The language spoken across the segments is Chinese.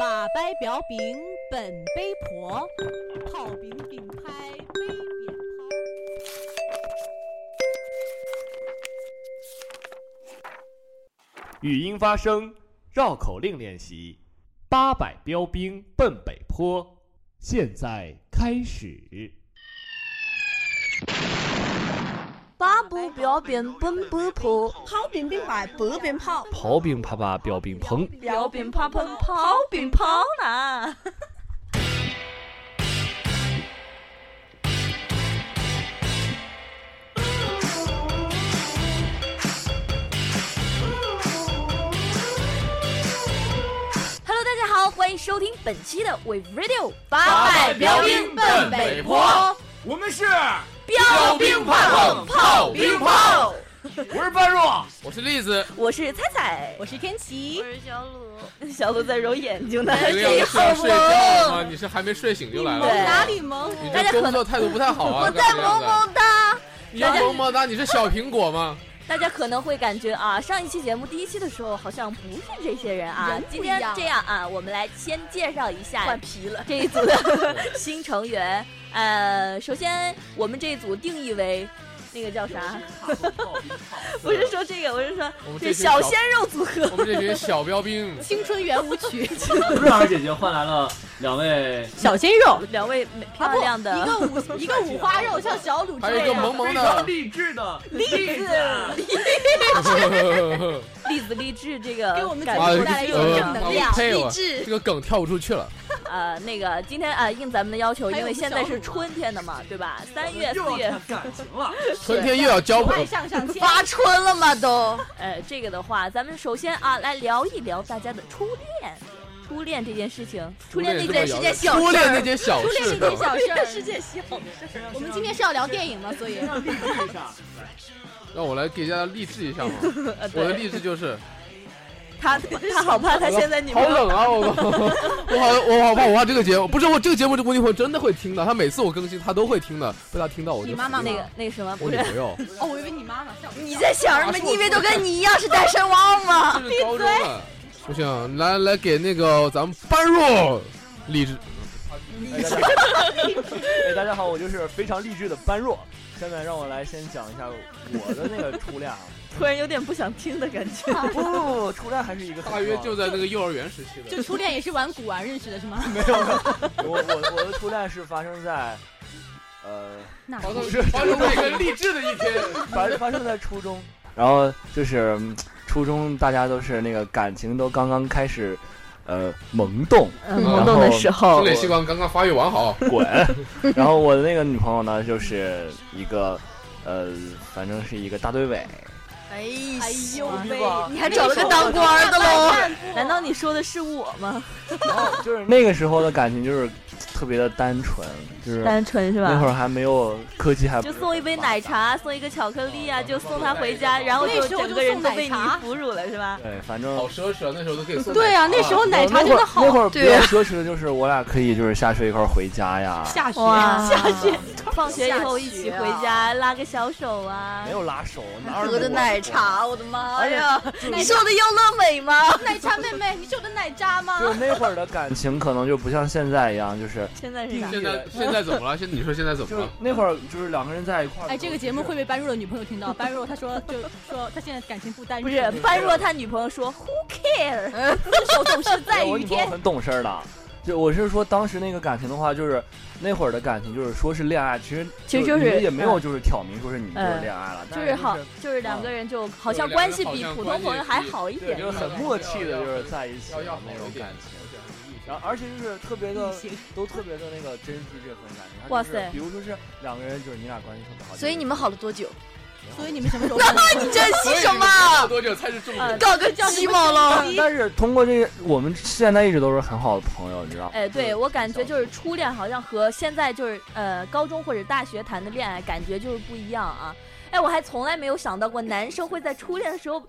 把掰瓢饼本杯婆，泡饼饼拍杯扁抛。语音发声绕口令练习：八百标兵奔北坡，现在开始。八步表演奔波坡，跑边边摆，白边跑，刨冰啪啪标兵砰，表演跑奔跑边跑啦！Hello，大家好，欢迎收听本期的 We Radio 八百标兵奔北坡，我们是标兵怕碰炮兵炮。我是般若，我是栗子，我是彩彩，我是天琪，是小 鲁，小鹿在揉眼睛呢，哎这个样子是要睡觉吗？你是还没睡醒就来对了？哪里萌？你大家这可能工作态度不太好啊！我在萌萌哒。你要萌萌哒，你是小苹果吗？ 大家可能会感觉啊，上一期节目第一期的时候好像不是这些人啊。人不今一天样这样啊，我们来先介绍一下换皮了，这一组的 新成员。呃，首先我们这一组定义为那个叫 啥？不是说这个，我是说我们这这群小鲜肉组合。我们这群小标兵，青春圆舞 曲，瑞儿姐姐换来了两位，小鲜肉，两位美漂亮的，啊一个五一个五花肉，像小鲁还这有一个样，萌萌非的常，励志的，栗子，栗子励志这个给我们感全觉部哎带来一种呃正能量啊。配励了，志这个梗跳不出去了。呃，那个今天啊、应咱们的要求，还有因我为们现在小是组春天的嘛，对吧？三月、又四要月，看感情了，春天又要交不朋爱上 上签，发春了吗都？呃，这个的话，咱们首先啊，来聊一聊大家的初恋，初恋这件事情，初恋那这件么事遥情远，小初恋那件小初恋事是件的，小事儿，世界小我们今天是要聊电影嘛， 所以呃非常励志一下。让我来给大家励志一下嘛。呃，我的对，励志就是，他他好怕他现在女好朋友冷 啊！我我好我好怕我怕这个节目，不是我这个节目我女朋友真的会听的，她每次我更新她都会听的，被她听到我就你妈妈服了那个那个什么，我不女是 朋友，哦，我以为你妈妈，你在想啊什么？你以为都跟你一样是单身汪吗？这是高中了。不行，来来给那个咱们般若励志，哎，大家好，我就是非常励志的般若。下面让我来先讲一下我的那个初恋啊， 突然有点不想听的感觉。啊不不不不，初恋还是一个很大约重就要的在那个幼儿园时期的。就初恋也是玩古玩认识的是吗？没有，我我我的初恋是发生在，呃， 嗯那发生发生在一个励志的一天，发发生在初中，然后就是嗯初中大家都是那个感情都刚刚开始，呃，萌动，嗯，然后萌动的时候生，理器官刚刚发育完好，滚。 然后我的那个女朋友呢，就是一个，呃，反正是一个大堆尾。哎哎呦喂，你还找了个当官的喽？难道你说的是我吗？然后就是那个时候的感情就是特别的单纯，就是单纯是那会吧？儿还没有科技，还不就是送一杯奶茶，送一个巧克力啊，就送他回家，然后那就时候整就个人送都奶被你茶俘虏了，是吧 很？麻烦。对，反正好奢侈啊！那时候都可以送奶茶。对啊，那时候奶茶那真会的儿好那会儿比对较啊奢侈的就是我俩可以就是下学一块儿回家呀，下雪，哇下雪，放学以后一起回家，拉个小手啊哎没。有拉手，哪有喝的奶啊茶，我的妈呀！奶你茶说的要乐美吗？奶茶妹妹，你是我的奶渣吗？就那会儿的感情可能就不像现在一样，就是现在是啥？现在现在怎么了？现在你说现在怎就么是了？那会儿就是两个人在一块儿。哎，这个节目会被般若的女朋友听到。般若她说， 就说她现在感情不单不纯，是般若他女朋友说 Who care？分手总是在哎我雨女朋友天。很懂事儿的。就我是说，当时那个感情的话，就是那会儿的感情，就是说是恋爱，其实其实就就是嗯也没有就是挑明说是你们就是恋爱了， 就但是是好就是，就是两个人就好像关系比普通朋友还好一对，点就。是很默契的，就是在一起要的要好那一种点感情。然后而且就是特别的，都特别的那个珍惜这份感情。哇它就是塞比如说是两个人，就是你俩关系特别好，所以你们好了多久？所以你们什么时 候分手？珍惜什么？多久才是重点？搞个鸡毛喽！但是通过这个，我们现在一直都是很好的朋友，你知道吗？哎，对我感觉就是初恋好像和现在就是呃高中或者大学谈的恋爱感觉就是不一样啊。哎，我还从来没有想到过男生会在初恋的时候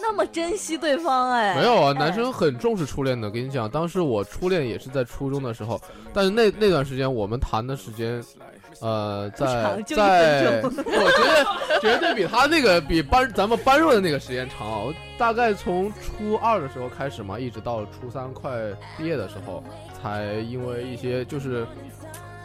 那么珍惜对方哎。没有啊，男生很重视初恋的。跟你讲，当时我初恋也是在初中的时候，但是那那段时间我们谈的时间呃，在长就一在，分我觉得绝对比他那个比般咱们般若的那个时间长啊。我大概从初二的时候开始嘛，一直到初三快毕业的时候，才因为一些就是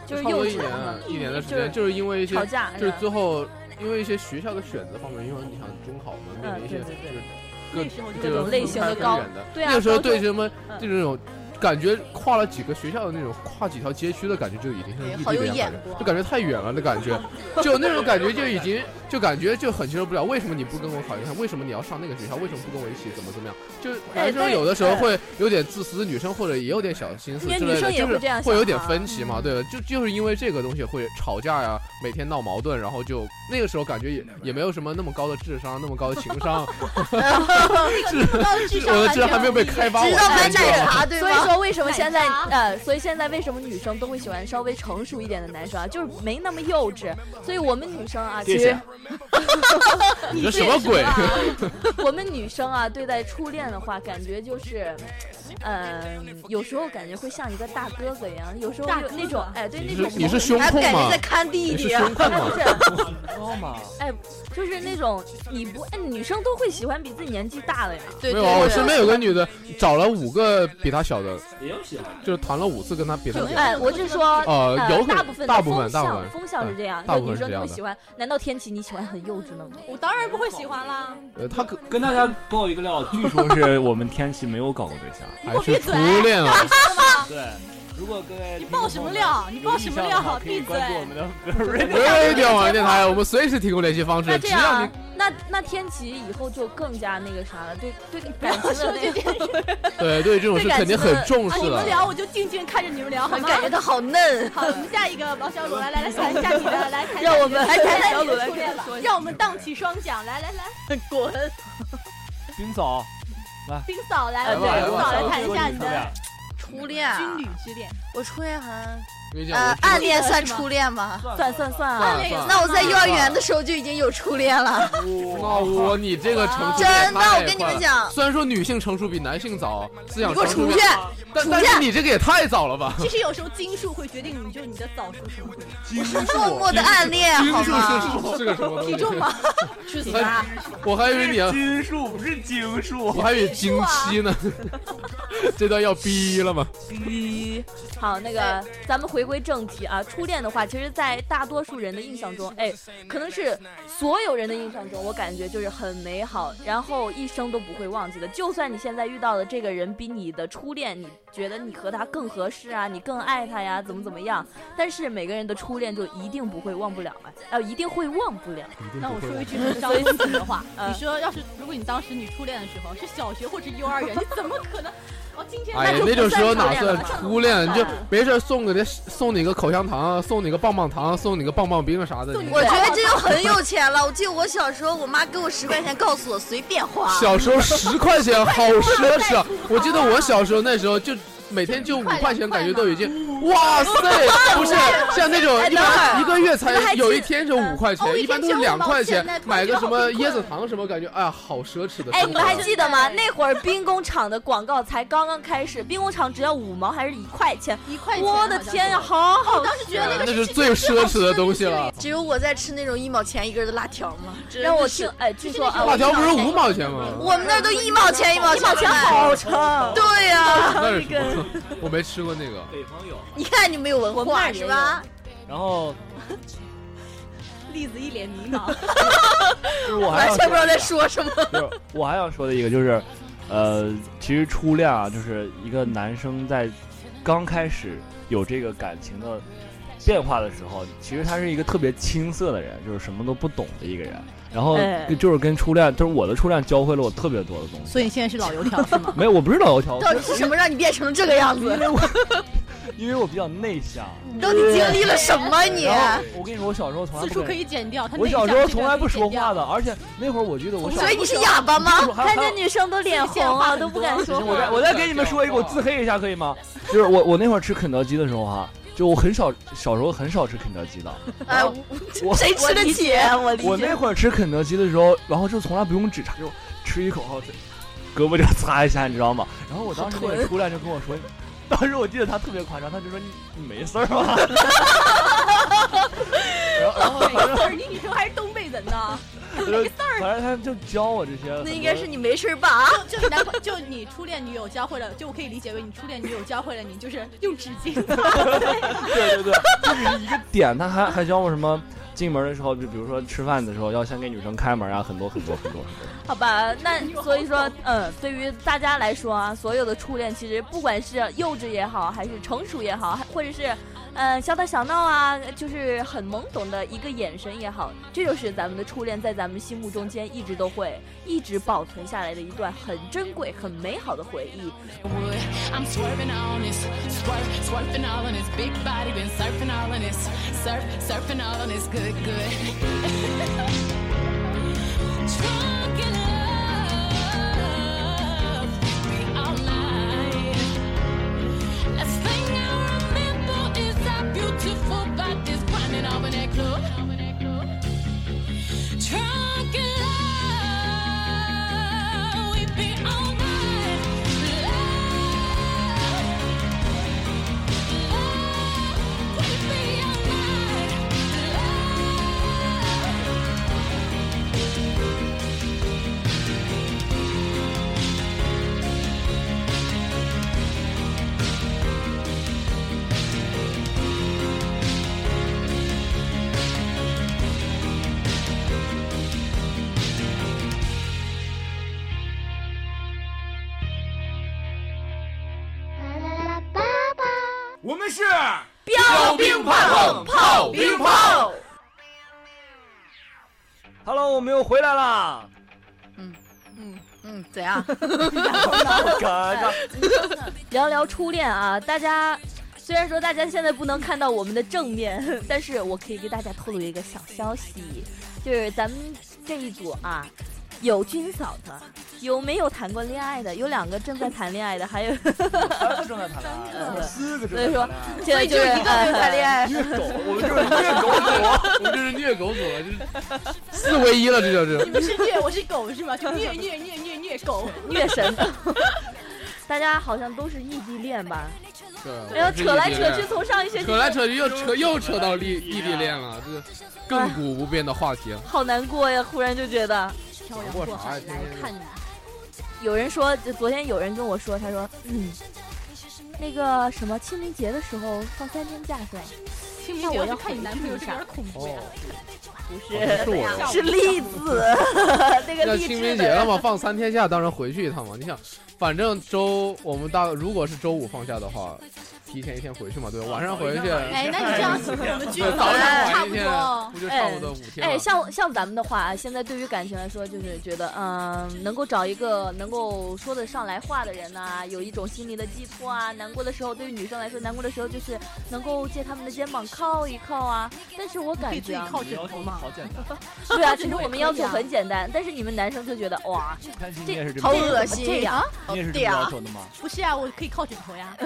就是差不幼多一稚年啊嘛一年的时就是间，就是因为一些吵架就是吧最后因为一些学校的选择方面，因为你想中考嘛，面临一些嗯就对对是那时候就这各个种类型的分开高很远的，对啊那个时候高中对什么嗯就是那种感觉跨了几个学校的那种跨几条街区的感觉就已经是对异地好有恋了感眼觉光就感觉太远了的感觉，就那种感觉就已经就感觉就很接受不了。为什么你不跟我考虑看？为什么你要上那个学校？为什么不跟我一起？怎么怎么样？就哎男生对有的时候会有点自私，女生或者也有点小心思人之家类女生的，也就会是这样会有想点啊分歧嘛。对，就就是因为这个东西会吵架呀，每天闹矛盾，然后就那个时候感觉也也没有什么那么高的智商，那么高的情商，智完我的智商全还没有被开发完，知道买你知道奶吗 茶对所以吗？说，为什么现在奶茶呃，所以现在为什么女生都会喜欢稍微成熟一点的男生啊？就是没那么幼稚。所以我们女生啊，其谢实谢。你这什么鬼？我们女生啊，对待初恋的话，感觉就是，嗯，有时候感觉会像一个大哥哥一样，有时候大有哥那哥种哎，对你那是种你是兄胸还不控感觉吗在？看啊弟你 是弟，胸控不吗？是， 道哎吗？就是那种你不哎，女生都会喜欢比自己年纪大的呀。 对没对有啊，我身对，边有个女的，找了五个比她小的，也有喜欢，就是谈了五次跟她比她就小。哎，我是说，呃呃，有可大部分大的部风分大部向分哎风向是这样，大有部分女是生这就样会的喜欢。难道天琪你喜欢很幼稚的吗？我当然不会喜欢啦，呃，她可跟大家爆一个料，据说是我们天气没有搞过对象。还是初恋 啊，对，如果各位你爆什么料？你爆什么料？闭嘴！的微调网电台，我们随时提供联系方那式，这只样要啊你，那那天琪以后就更加那个啥了，对对不要感情说的这那个件事，对对这种事肯定很重啊视你们的。聊我就静静看着你们聊，好吗？感觉他 好嫩。好，我们下一个王小鲁来来来谈一下你的，来谈一下让我们你的来谈初谈恋吧小鲁来让我们荡起双桨，来来来， 滚！冰 嫂，冰嫂来，来吧冰嫂来来吧谈一下你的初恋啊，军旅之恋，我初恋好像跟你讲呃，暗恋是吗算初恋吗？哦算算算啊，算算那我在幼儿园的时候就已经有初恋了，那我你这个成熟 真的，太我跟你快们了，讲，虽然说女性成熟比男性早，思你想给我成熟出比去！但出但去是你这个也太早了吧？其实有时候金数会决定你就你的早熟程度，我是 默默的暗恋，好吗？是是个什么东西？体重 吗？去死吧！哎我还以为你要，金树不是金我树，还以为经期呢。 这段要逼了吗？好，那个咱们回归正题啊，初恋的话，其实，在大多数人的印象中，哎，可能是所有人的印象中，我感觉就是很美好，然后一生都不会忘记的。就算你现在遇到的这个人比你的初恋，你觉得你和他更合适啊，你更爱他呀，怎么怎么样，但是每个人的初恋就一定不会忘不了啊，呃，一定会忘不了。那我说一句 很伤风景的话，呃你说要是如果你当时你初恋的时候是小学或者幼儿园，你怎么可能？哦，今天哎呀，就那不种时算候初哪恋算了初恋？算就没事儿送给他，送你个口香糖啊，送你个棒棒糖啊，送你个棒棒冰啊啥的。送你你我觉得这就很有钱了。我记得我小时候，我妈给我十块钱，告诉我随便花。小时候十块钱好奢侈啊！我记得我小时候那时候就。每天就五块钱，感觉都已经，哇塞！不是像那种一般一个月才有一天是五块哦钱，一一般都天只有是两五毛块钱钱那，突然买个觉得什好么贫椰子困糖什么，感觉哎呀好奢侈的生活啊。哎，你们还记得吗？那会儿兵工厂的广告才刚刚开始，兵工厂只要五毛还是一块钱，一块啊钱，啊我的天呀，！好好哦当时觉得那个那是最奢侈的东西了。只有我在吃那种一毛钱一根的辣条吗？真的让我是听，哎，据说啊，辣条不是五毛钱吗？我们那儿都一毛钱一毛钱钱买。好长，对呀、 那是什么？我没吃过那个。北方有。你看你们有我文们那儿化也是吧？然后栗子一脸迷 茫，就是我还完要全不知道在说说什么。的，就是我还想说的一个就是，呃，其实初恋啊，就是一个男生在刚开始有这个感情的变化的时候，其实他是一个特别青涩的人，就是什么都不懂的一个人。然后哎就是跟初恋，就是我的初恋教会了我特别多的东西。所以你现在是老油条是 吗？没有，我不是老油条，到底是什么让你变成这个样因子？为我 因为我比较内向。到底经历了什么你？然后我跟你说，我小时候从来此不处跟可人，以剪掉。他我小时候从来不说话的，的，而且那会儿我觉得我小所以你是哑巴吗？看着女生都脸红啊，都不敢说我再话。我再给你们说一个，我自黑一下可以吗？就是我我那会儿吃肯德基的时候哈、就我很少小时候很少吃肯德基的，哎，我谁吃得起？我理我解那，会儿吃肯德基的时候，然后就从来不用纸擦，就吃一口后，胳膊就擦一下，你知道吗？然后我当时那个初恋就跟我说，当时我记得他特别夸张，他就说你你没事儿吧？然 后然后反正字儿，你女朋友还是东北人呢？反正他们就教我这些。那应该是你没事儿啊吧？就你男朋就你初恋女友教会了，就我可以理解为你初恋女友教会了你，就是用纸巾。对对对，就是一个点，他还还教我什么？进门的时候，就比如说吃饭的时候，要先给女生开门啊，很多很多很多。好吧，那所以说，嗯，对于大家来说啊，所有的初恋其实不管是呃幼稚也好，还是成熟也好，还或者是，呃，小打小闹啊，就是很懵懂的一个眼神也好，这就是咱们的初恋在咱们心目中间一直都会一直保存下来的一段很珍贵、很美好的回忆。 wood. I'm swerving on this, swerve, swerving all on this big body, been surfing all on this, surf, surfing all on this good, good. Drunk in love, be all night. Last thing I remember is our beautiful bodies grinding over that club. Drunk in love, we be all night. Love, we be all night. Hello，我们又回来啦！嗯，怎 样？嘎嘎， 聊聊初恋啊，大家虽然说大家现在不能看到我们的正面， 但是我可以给大家透露一个小消息，就是咱们这一组啊，有军嫂的，有没有谈过恋爱的，有两个正在谈恋爱的，还有 三个正在谈恋爱，四个正所在以说谈恋爱。现在就是呃 谈恋爱，虐狗，我们就是虐狗组。 我们这是虐狗组了，这是四为一了，这就是你。们是虐，我是狗是吧？就虐虐虐虐虐狗。虐神。 大家好像都是异地恋吧？哎对呀，扯来扯去，，从上一学 期扯来扯去又扯又扯到 异异地恋了，这是哎亘古不变的话题了。好难过呀！忽然就觉得，漂洋过过海啥呀来看你，有人说，就昨天有人跟我说，他说，嗯，那个什么清明节的时候放三天假是吧？清明节要是看你男朋友这有点恐哦怖呀。不是我呀是栗子， 那个要励清明志节了的。嘛，放三天假，当然回去一趟嘛。你想，反正周我们大如果是周五放假的话，提前一天回去嘛，对吧？晚上回去， 哎，那你这样子跟 我们剧对，组早上差晚一不天，多。不就差不多五天哎，了？像像咱们的话，现在对于感情来说，就是觉得，嗯，能够找一个能够说得上来话的人呐、有一种心灵的寄托啊。难过的时候，对于女生来说，难过的时候就是能够借他们的肩膀靠一靠啊。但是我可以感自觉己啊，靠枕头嘛？好简单，对啊，其实我们要求很简单，但是你们男生就觉得，哇，开心你也这是这好么，恶心这样。你也是这对么呀要求的吗？不是啊，我可以靠枕头 呀。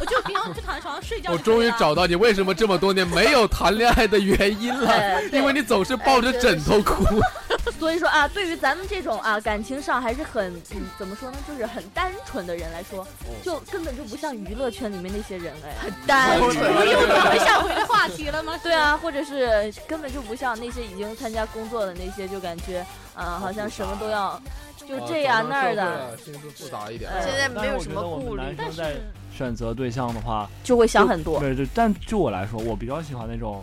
我就平常就躺在床上睡觉。我终于。找到你为什么这么多年没有谈恋爱的原因了，哎对哎因为你总是抱着枕头哭。所以说啊，对于咱们这种啊感情上还是很、嗯、怎么说呢，就是很单纯的人来说，哦就根本就不像娱乐圈里面那些人哎。单纯不纯。用聊上回的话题了吗？对啊，或者是根本就不像那些已经参加工作的那些，就感觉啊、好像什么都要就这样哎那儿哦的，，心思复杂一点。哎现在没有什么但是我觉得我顾们虑，男生在选择对象的话，就会想很多，对对，但就我来说，我比较喜欢那种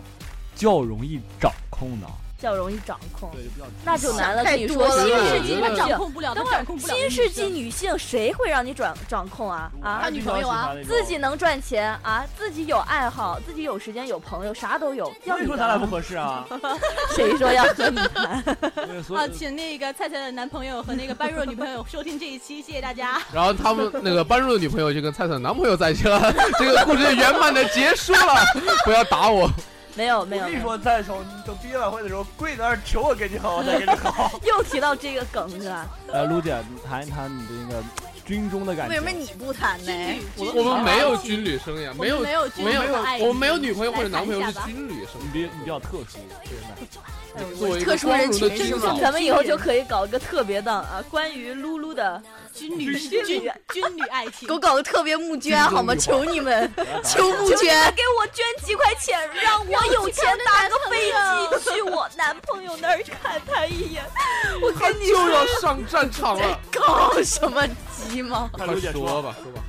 较容易掌控的。较容易掌控，对，就比较那就难了。太跟你说多了新对世我纪 觉他得女掌性，控不了，等他会掌儿控不了。新世纪女性谁会让你掌掌控啊啊？哎他女朋友啊，自己能赚钱啊，自己有爱好，自己有时间，有朋友，啥都有。要所以你说干咱俩不嘛合适啊。谁说要和你 谈？对所啊，以请那个菜菜的男朋友和那个般若女朋友收听这一期，谢谢大 家。然后他们那个般若的女朋友就跟蔡蔡的男朋友在一起了，这个故事圆满的结束了。不要打我，没有没有我跟没你有，说，在手等毕业晚会的时候跪在那儿求 我跟你好，我再跟你好。又提到这个梗是吧？啊呃，卢姐谈一谈你的那个军中的感为情什么。你不谈呢？哎我们没有军旅生涯，没有没有军没有旅和爱，情我们没有女朋友或者男朋友来谈是一下吧军旅生你比你比较特殊，真的。涯，作为一特个殊光人荣群的是军吗佬，咱们以后就可以搞一个特别档啊，关于噜噜的军旅军军旅军旅爱情给我，搞个特别募捐好吗？求你们， 求募求你们捐！给我捐几块钱，让我有钱搭个飞机去我男朋友那儿看他一眼。我他跟你就要说，上战场了，搞什么急吗？看快刘姐说吧，说吧，说吧。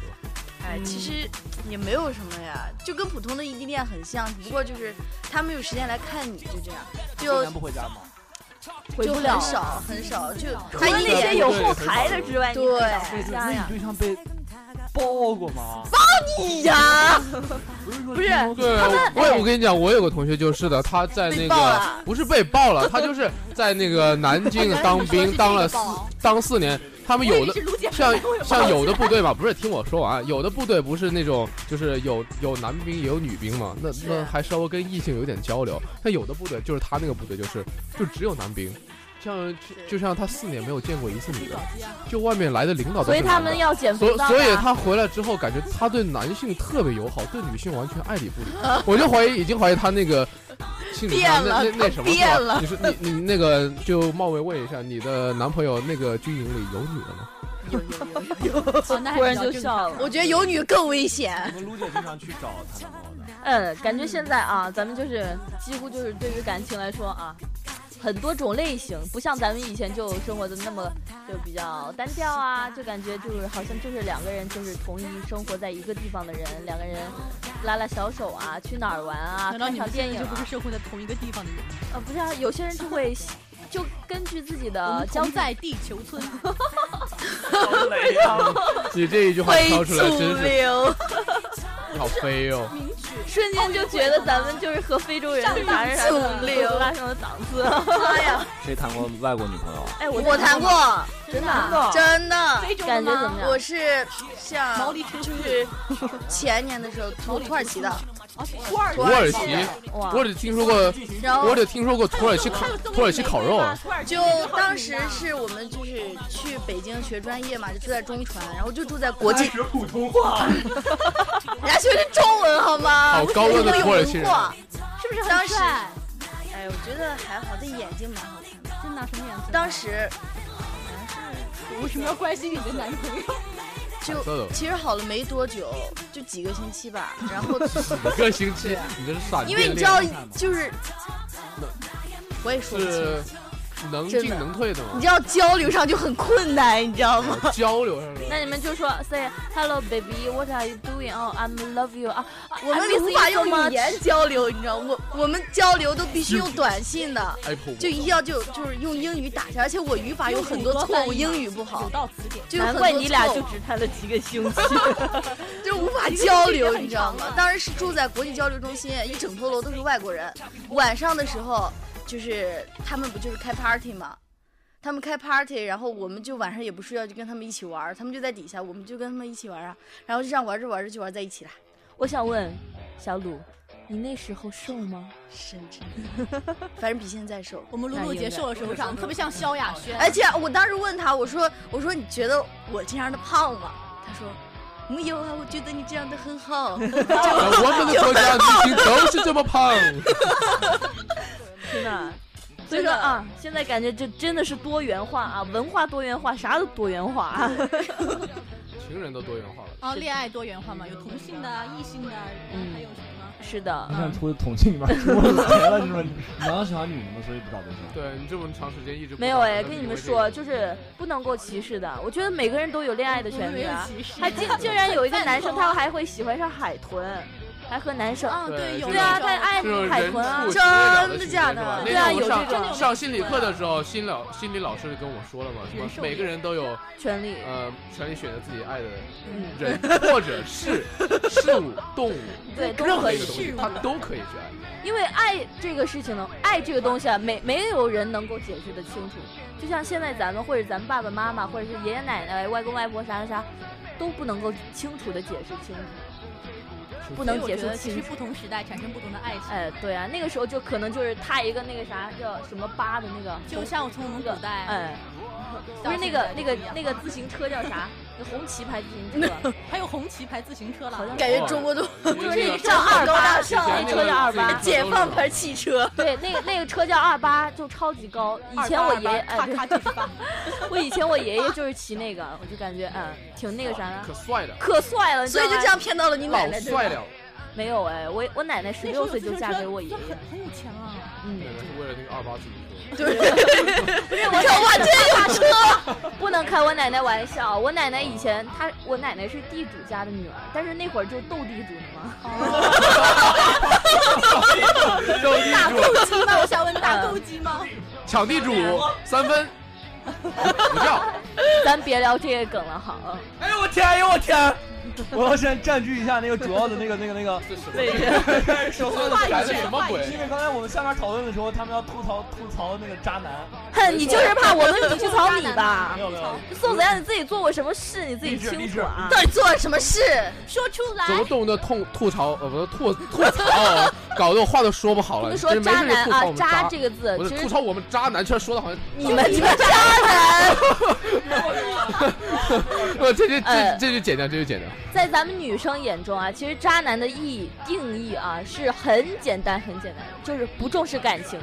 哎，其实也没有什么呀，就跟普通的异地恋很像，只不过就是他没有时间来看你，就这样，过就年不回家吗？回就不很了。少很少，就除他了一那些年有后台的之外，你对回那家你哎呀？对象被抱过吗？你呀，不是说不是军中对，我也我跟你讲，我有个同学就是的，他在那被爆个了不是被爆了，他就是在那个南京当兵，当了四当四年。他们有的是卢姐像像有的部队吧，不是听我说完，啊有的部队不是那种就是有有男兵也有女兵嘛，那那还稍微跟异性有点交流。但有的部队就是他那个部队就是就只有男兵，像就就像他四年没有见过一次女的，就外面来的领导都所是以他男的们。要减所肥以皂所以啊。他回来之后，感觉他对男性特别友好，对女性完全爱理不理。我就怀疑，已经怀疑他那个性取向那那那什么是吧变了你说你你那个就冒昧问一下，你的男朋友那个军营里有女的吗？突然就笑了， 我觉得有女更危险。你们卢姐经常去找她男朋友 的，嗯，感觉现在啊，咱们就是几乎就是对于感情来说啊，很多种类型，不像咱们以前就生活的那么就比较单调啊，就感觉就是好像就是两个人就是同一生活在一个地方的人，两个人拉拉小手啊，去哪儿玩啊，难道看你场们电现影在就不啊是，生活在同一个地方的人？呃，不是啊，有些人就会就根据自己我的们交同呃在地球 村，啊嗯你这一句话挑出来真是流，好飞哦！瞬间就觉得咱们就是和非洲人上啥啥啥主流拉上了档 次。妈呀，谁谈过外国女朋友？啊哎，我我谈过，真的啊，真的。非洲的感觉吗怎么样？我是毛像利车就是前年的时候从土耳其的，土耳土耳其土，哇我只听说过，然后我只听说过土耳其烤土耳其烤肉，啊就当时是我们就是去北京学专业嘛，就住在中传，然后就住在国际，学普通话，人家学的是中文好吗？好高冷的土耳其人有文化是不是当很时帅？哎，我觉得还好，这眼睛蛮好看的。真的什么颜色？当时我为什么要关心你的男朋友？就色的其实好了没多久，就几个星期 吧。然后一个星期，你这是闪电因为你知恋道爱，就是那我也说不清，是能真进的能退的你吗？知道交流上就很困难，你知道吗？交流上那你们就说 say hello baby what are you doing oh I'm love you 啊，啊我 I 们 miss 无法 you so 用语 much 言交流，你知道吗我我们交流都必须用短信的， ，Apple 就一要就就是用英语打下，而且我语法有很多错误，英语不好有，道词典。就有难很多怪你俩错就误只谈了几个星 期，就无法交 流，你知道吗？当时是住在国际交流中心，一整栋楼都是外国人。晚上的时候，就是他们不就是开 party 吗？他们开 party，然后我们就晚上也不睡觉，就跟他们一起玩儿。他们就在底下，我们就跟他们一起玩儿啊。然后就这样玩着玩着就玩在一起了。我想问小鲁，你那时候瘦吗？深 圳， 反正比现在瘦。我们露露姐瘦了手掌，特别像萧亚轩。而且我当时问他，我说我说你觉得我这样的胖吗？他说没有啊，我觉得你这样的很 好。哎我们的国家女性都是这么胖，真的。 所以真的说啊，现在感觉这真的是多元化啊，文化多元化，啥都多元化啊。 情人都多元化了。啊，恋爱多元化嘛，有同性的、异性的，嗯还有什么？是的你，看出统计里面出问题了，你说你男的喜欢女的吗？所以不找对象。对你这么长时间一直不没有找哎，那跟就你们会这说，样就是不能够歧视的。我觉得每个人都有恋爱的我们权没利有啊。歧视。还 竟竟然有一个男赞生，同他啊还会喜欢上海豚，还和男生。啊，对对，有就对啊，那种他爱这种海人豚啊畜。真生的情假是吧的那对啊天我有上这种上心理课的时候，心老心理老师跟我说了嘛，什人么兽每个人都有权利。呃权利选择自己爱的嗯，人或者 是事物、动物，对，都任可何以一个，东西他都可以去爱。因为爱这个事情呢，爱这个东西啊，没没有人能够解释的清楚。就像现在咱们或者咱们爸爸妈妈或者是爷爷奶奶、外公外婆啥啥啥，都不能够清楚的解释清楚，不能所以解我觉释得其清实楚。不同时代产生不同的爱情，哎，对啊，那个时候就可能就是踏一个那个啥叫什么八的那个，哎就像我从我们古代，哎，不是那个那个那个自行车叫啥？那红旗牌自行 车，还有红旗牌自行车了，好像感觉中国 都 就是这那个个叫二八，那车叫二以前那八个，解放牌汽车，对，那个那个车叫二八，就超级高。以前我爷爷，哎咔对咔九十八，我以前我爷爷就是骑那个，我就感觉嗯，挺那个啥的，可帅了，可帅了。你知所道以吗就这样骗到了你奶老奶对帅吧？了，没有哎，我我奶奶 十那时六候岁就自行嫁车给我爷就爷很，很有钱啊，嗯奶，奶是为了那个二八自行车。对，不是我看我真 有车，不能开我奶奶玩笑。我奶奶以前她，我奶奶是地主家的女儿，但是那会儿就斗地主呢嘛。打斗鸡吗？我想嗯问打斗鸡吗？抢地主啊 三分，不叫，咱别聊这些梗了，好。嗯哎呦我天！哎呦我天！我要先占据一下那个主要的那个那个那个这什么位置，开始 说这话孩子什么鬼？因为刚才我们下面讨论的时候，他们要吐槽吐槽那个渣男，哼，你就是怕我们你去草你吧 没？有没有，宋子阳，你自己做过什么事，你自己清楚啊。到底做了什么事？说出来怎，么动不动痛吐槽？呃，不是吐吐槽，啊搞得我话都说不好我了。们说真没渣事就男吐槽啊我，们渣这个字不，是其吐实槽我们渣男，却说的好像你们 你们渣男，不，这就这呃这就剪掉，这就剪掉。在咱们女生眼中啊，其实渣男的意义定义啊是很简单很简单的，就是不重视感情，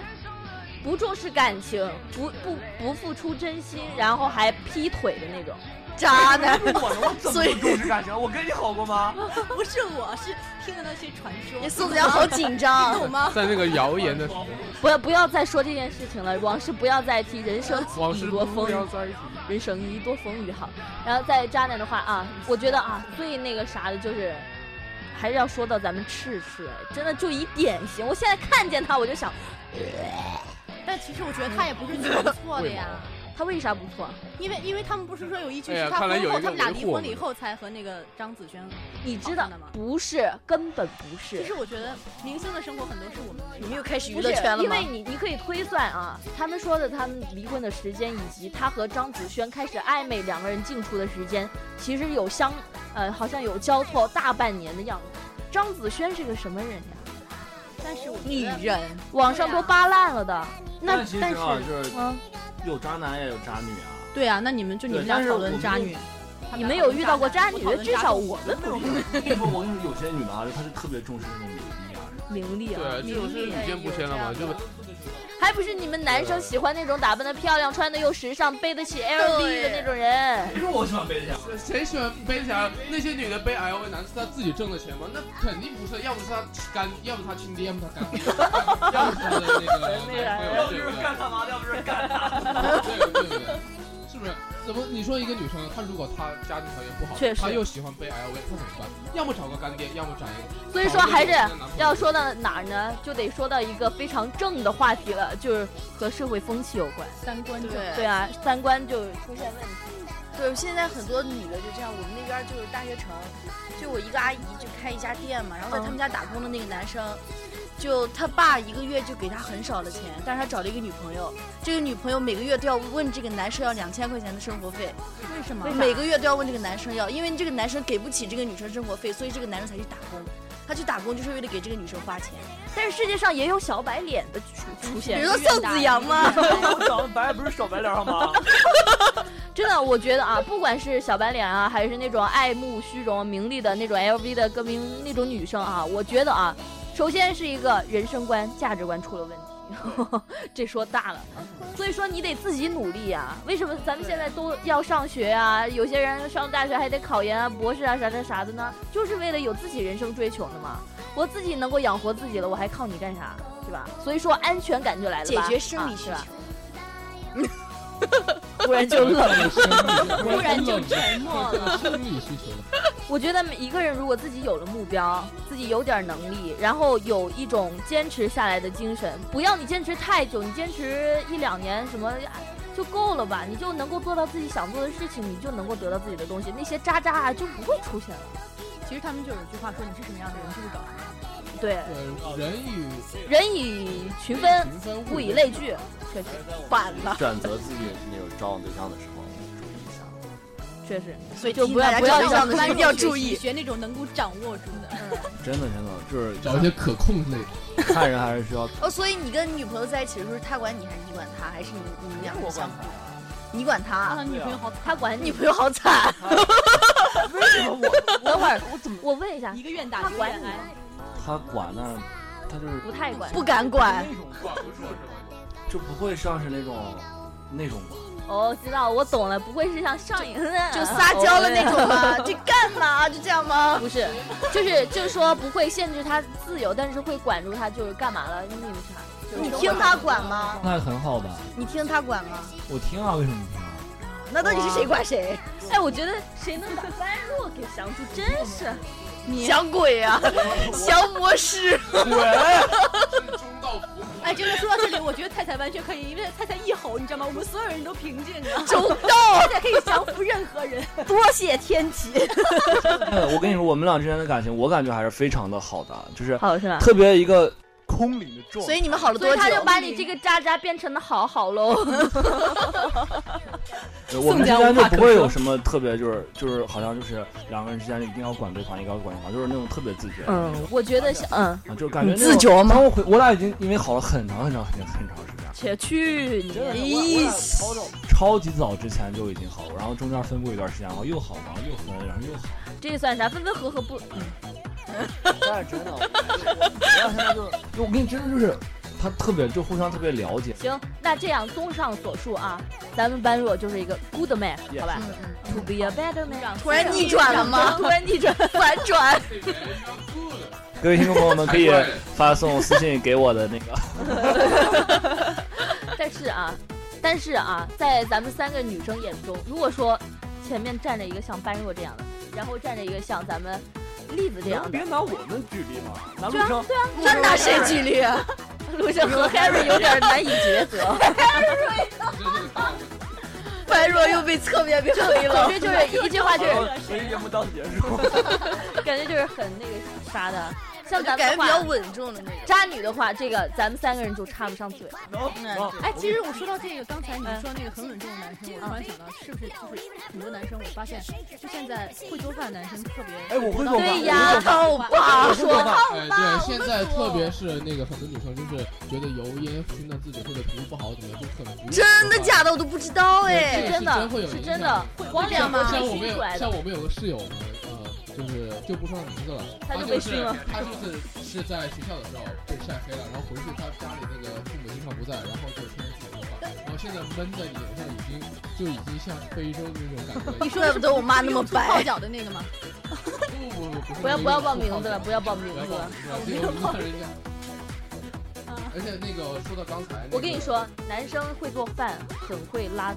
不重视感情，不不不付出真心，然后还劈腿的那种。渣男，不是我呢，我怎么所以不重视感情？我跟你好过吗？不是我，是听的那些传说。你宋子阳好紧张， 懂吗？在那个谣言的不要不要再说这件事情了，往事不要再提，人生 往已事多风不雨要在一起。人生宜多风雨好。然后在渣男的话啊，我觉得啊，最那个啥的就是，还是要说到咱们赤赤，哎真的就以典型。我现在看见他，我就想但其实我觉得他也不是怎么错的呀，他为啥不错？因为因为他们不是说有一句哎呀是他看来婚有一后个他们俩离维护我婚们了以后才和那个张子萱。你知道哦好看的吗不是，根本不其是。实我觉得明星的生活很多是我们 你没们有又开始娱不乐是圈，了因吗为？你你可以推算啊，他们说的他们离婚的时间，以及他和张子萱开始暧昧，两个人进出的时间，其实有相，呃，好像有交错大半年的样子。张子萱是个什么人呀？但是我觉得女人，网上都扒烂了的。那其实但啊，是，就是嗯，有渣男也有渣女 啊。对啊，那你们就你们俩对但是讨我论渣女，他你俩们讨有论遇到过渣男女讨？论至渣少女我们没有，跟 你说，我跟你说，有些女的啊，她是特别重视这种友谊啊。名利啊，对，这种是屡见不鲜了嘛，就还不是你们男生喜欢那种打扮的漂亮、穿的又时尚、背得起 LV 的那种人。其实我喜欢啊 背这样， 谁喜欢背起来？那些女的背 LV 男是她自己挣的钱吗？那肯定不是，要不是她干，要不是她亲爹，要不是她干爹， 要不是她的那 个男朋友，对不对？他妈的，要不就是干 他。对对对，是不是？怎么你说一个女生，她如果她家庭条件不好，确实她又喜欢背 LV，她怎么办？要么找个干爹，要么找一个。所以说还是要 说到哪儿呢？就得说到一个非常正的话题了，就是和社会风气有关。三观正，对对啊，三观就出现问题。对，现在很多女的就这样，我们那边儿就是大学城，就我一个阿姨就开一家店嘛，然后在他嗯们家打工的那个男生，就他爸一个月就给他很少的钱，但是他找了一个女朋友，这个女朋友每个月都要问这个男生要两千块钱的生活费，为什么？每个月都要问这个男生要，因为这个男生给不起这个女生生活费，所以这个男生才去打工。他去打工就是为了给这个女生花钱，但是世界上也有小白脸的出出比现如，说宋子阳嘛，我长得白不是小白脸好吗？ 真的，我觉得啊，不管是小白脸啊，还是那种爱慕虚荣、名利的那种 LV 的歌名那种女生啊，我觉得啊，首先是一个人生观、价值观出了问题， 这说大了。所以说你得自己努力啊。为什么咱们现在都要上学啊？有些人上大学还得考研啊、博士啊啥啥啥的呢，就是为了有自己人生追求的嘛。我自己能够养活自己了，我还靠你干啥？是吧？所以说安全感就来了解吧，决生理啊需是求吧？。忽然就冷了。突然就沉默了。生理需求了。我觉得每一个人如果自己有了目标，自己有点能力，然后有一种坚持下来的精神，不要你坚持太久，你坚持一两年什么呀就够了吧，你就能够做到自己想做的事情，你就能够得到自己的东西，那些渣渣啊就不会出现了。其实他们就有句话说，你是什么样的人，就是找什么样的人。对，对，人与人以群分，群分物以类聚，确实，反了，选择自己那种交往对象的时候，注意一下。确实，所以就不听大要家不要找对象的时候一定要注学意习。学那种能够掌握住的。真的真的就是找一些可控类的。看人还是需要哦，所以你跟女朋友在一起的时候，他管你还是你管他，还是你你们两个人相处？你管他啊，啊，女朋友好惨，他管女你朋友好惨，为什么我等会儿我怎么我问一下一，个愿打一个管愿你挨。他管呢？他就是不太管不敢管。那种管不住 就不会像是那种那种管。哦，知道我懂了，不会是像上瘾就撒娇的那种吧？吗？这干嘛？就这样吗？不是，就是就是说不会限制他自由，但是会管住他，就是干嘛了，你们啥？就是你听他管吗？那很好吧？你听他管吗？我听啊，为什么不听啊？那到底是谁管谁？哎，我觉得谁能把般若给降住，真是想鬼呀、降魔师！哎，真的说到这里，我觉得菜菜完全可以，因为菜菜一吼，你知道吗？我们所有人都平静，你知道吗？周到，菜菜可以降服任何人。多谢天启。我跟你说，我们俩之间的感情，我感觉还是非常的好的，就是好是吧？特别一个空灵的状态。所以你们好了所多以他就久？把你这个渣渣变成了好好喽。我们之家间无就话不可会说有什么特别，就是就是好像就是两个人之间一定要管对方，一定要管对方，就是那种特别自觉，啊，嗯，我觉得是嗯，就是感觉那自种。觉吗然？后回我俩已经因为好了很长很长很长很长时间了，且去你真的是我咦我俩超早超级早之前就已经好，然后中间分过一段时间，然后又好，然后又分，然后又好。这算啥？分分合合不？但是真的，我我我俩现在就是，就我跟你真的就是，他特别就互相特别了解，行，那这样综上所述啊，咱们般若就是一个 good man，好吧？To be a better man，突然逆转了吗？突然逆转反转，各位听众朋友们可以发送私信给我的那个。但是啊，但是啊，在咱们三个女生眼中，如果说前面站着一个像般若这样的，然后站着一个像咱们栗子这样的，拿我们举例嘛，拿对啊对啊，那拿谁哎举例？陆生和 Harry 有点难以抉 择，般若又被侧面被黑了总。之就是一句话 就是所以节目到此结束。感觉就是很那个啥的，像咱感们觉的比较话，稳重的那种。渣女的话，这个咱们三个人就插不上嘴。哎，其实我说到这个，刚才你说那个很稳重的男生，我突然想到，是不是就是很多男生，我发现就现在会做饭的男生特别，哎我会做饭对呀，好吧，说哎，对，现在特别是那个很多女生就是觉得油烟熏到自己或者皮肤不好怎么就可能真的假的我都不知道对哎这。真是真的会有是影真的响，光像良都像被我们熏有出来像的，我们有个室友嘛，呃，就是就不说名字了，他就被就熏是了他就是是在学校的时候被晒黑了，然后回去他家里那个父母经常不在，然后就天天自己做饭，然后现在闷在脸上已经就已经像非洲那种感觉了。怪不得我妈那么泡白。脚的那个吗？不不不不是不要那不要种报粗名犷字了的不要报名不要字了报名字了，这个影响人家。而且那个说到刚才，啊我跟你，说，男生会做饭，很会拉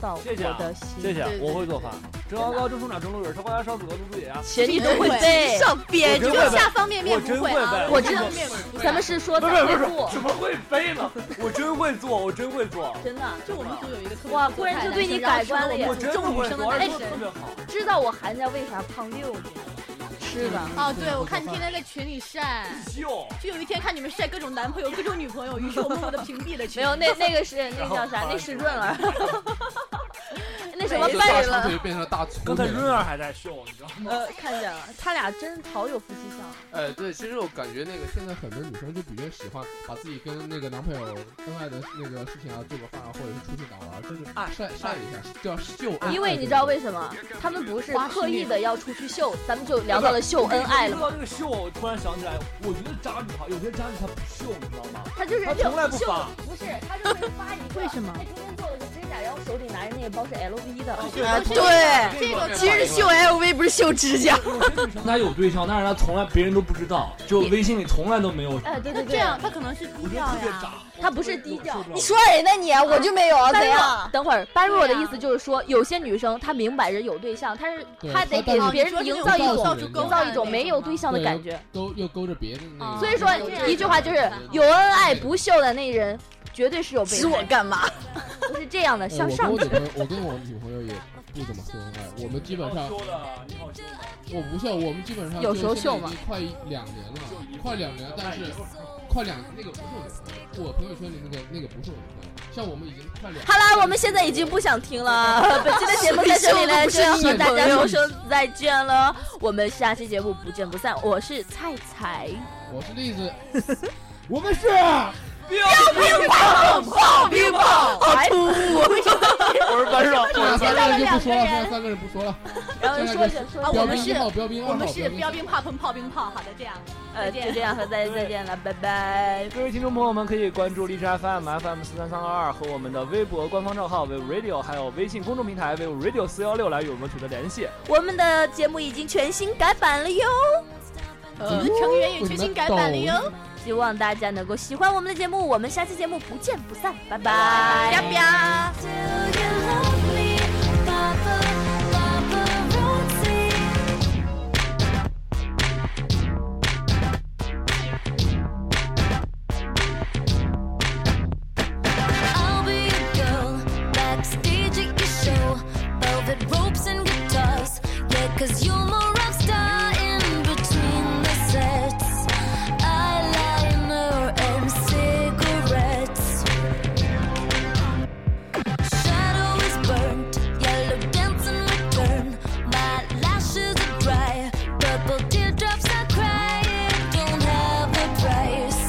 到我谢谢啊的心。谢谢，对对我会做饭。蒸羊羔、蒸猪掌、蒸鹿尾，他过来烧子鹅、猪肚眼。学历都会对背，上边我就真会下方便面我不真会啊，会背下我方便面不会啊咱们是说不咱是不会是做，怎么会飞呢？我真会做，我真会做，真的。就我们组有一个特别哇会忽然做就菜对的你男生改观了耶然后我我真中会午生做，的而男且生做得特别好。知道我寒假为啥胖六斤？吃的，哦，对，我看你天天在群里晒，秀，就有一天看你们晒各种男朋友、各种女朋友，于是我默默的屏蔽了群。没有那那个是那个叫啥？那是润儿， 那什么哎这大贝长了？腿变成了大粗腿。刚才润儿还在秀，你知道吗？呃，看见了，他俩真好有夫妻相。哎，对，其实我感觉那个现在很多女生就比较喜欢把自己跟那个男朋友恩爱的那个事情啊，做个饭啊，或者是出去哪玩儿，就是晒晒一下，叫秀啊恩爱。啊因为你知道为什么他们不是刻意的要出去秀，咱们就聊到了秀恩爱了说嘛。到这个秀，我突然想起来，我觉得渣女哈，有些渣女她不秀，你知道吗？他就是她从来不秀，发。不是他就是发一个，为什么他中间做了个指甲，然后手里拿着那个包是 LV 的，哦啊，哎对，这个其实啊秀 LV 不是秀指甲。有些 女生她有对象，但是她从来别人都不知道，就微信里从来都没有。哎，对那对这对，样他可能是低我觉得调特别呀。渣。他不是低调你说谁呢你？啊我就没有，怎般若样，？等会儿般若的意思就是说，有些女生她明摆着有对象，但是对她得她给哦到底别人营造一种到底营造一种没有对象的对感觉。都又勾着别人那个。啊所以说一句话就是，哎有恩爱不秀的那人，绝对是有备指我胎，干嘛？不是这样的，哎向上我的跟我女朋友，我跟我女朋友也不怎么秀恩爱，我们基本上说的，你好秀的，我不秀，我们基本上有就时候现在秀已嘛经快一两年了，快两年，但是快两那个不是我女朋友，我朋友圈里那个那个不是我女朋友，像我们已经快两。好啦，我们现在已经不想听 了，本期的节目在这里呢，就要和大家说声再见了。我们下期节目不见不散。我是菜菜。我是栗子，我们是。炮冰炮，好突啊我是班上，现在三个人就不现在两个人说了，现在三个人不说了。 然后说着说啊我着，标们兵是一号，标兵二我号，们是标标兵兵炮、喷炮、冰炮，好的，这样。呃，就这样和大家再见了，拜拜。各位听众朋友们，可以关注荔枝 FM FM 四三三二二和我们的微博官方账号 v Radio，还有微信公众平台 v Radio 四幺六来与我们取得联系。我们的节目已经全新改版了哟，呃，成员也全新改版了哟。希望大家能够喜欢我们的节目，我们下期节目不见不散，拜拜。啪啪。 Do you love me, Papa, Papa Rosie? I'll be a girl backstage at your show, velvet ropes and guitars. Yeah, 'cause you're my rock star in between the sets, eyeliner and cigarettes. Shadow is burnt, yellow dancing return. My lashes are dry, purple teardrops are crying. Don't have a price.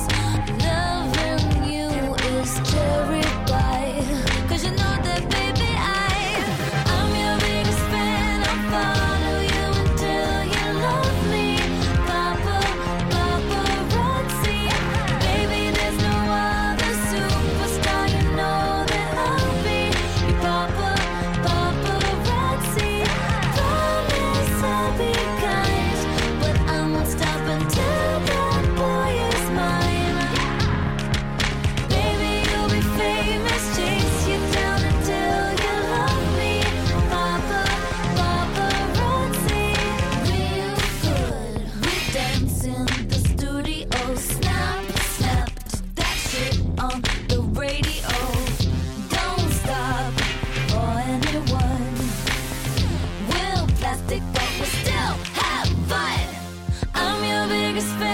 Loving you is cherry pie. 'Cause you know that, baby, I I'm your biggest fan. I'll follow you until you love me, Papa, Papa Roxy. Baby, there's no other superstar. You know that I'll be your Papa, Papa Roxy. Promise I'll be kind, but I won't stop until that boy is mine. Baby, you'll be famous. Chase you down until you love me, Papa, Papa Rosie. Real good. We dance in the studio. Snap, snap that shit on the radio. Don't stop for anyone. We'll plastic, but we still have fun. I'm your biggest fan.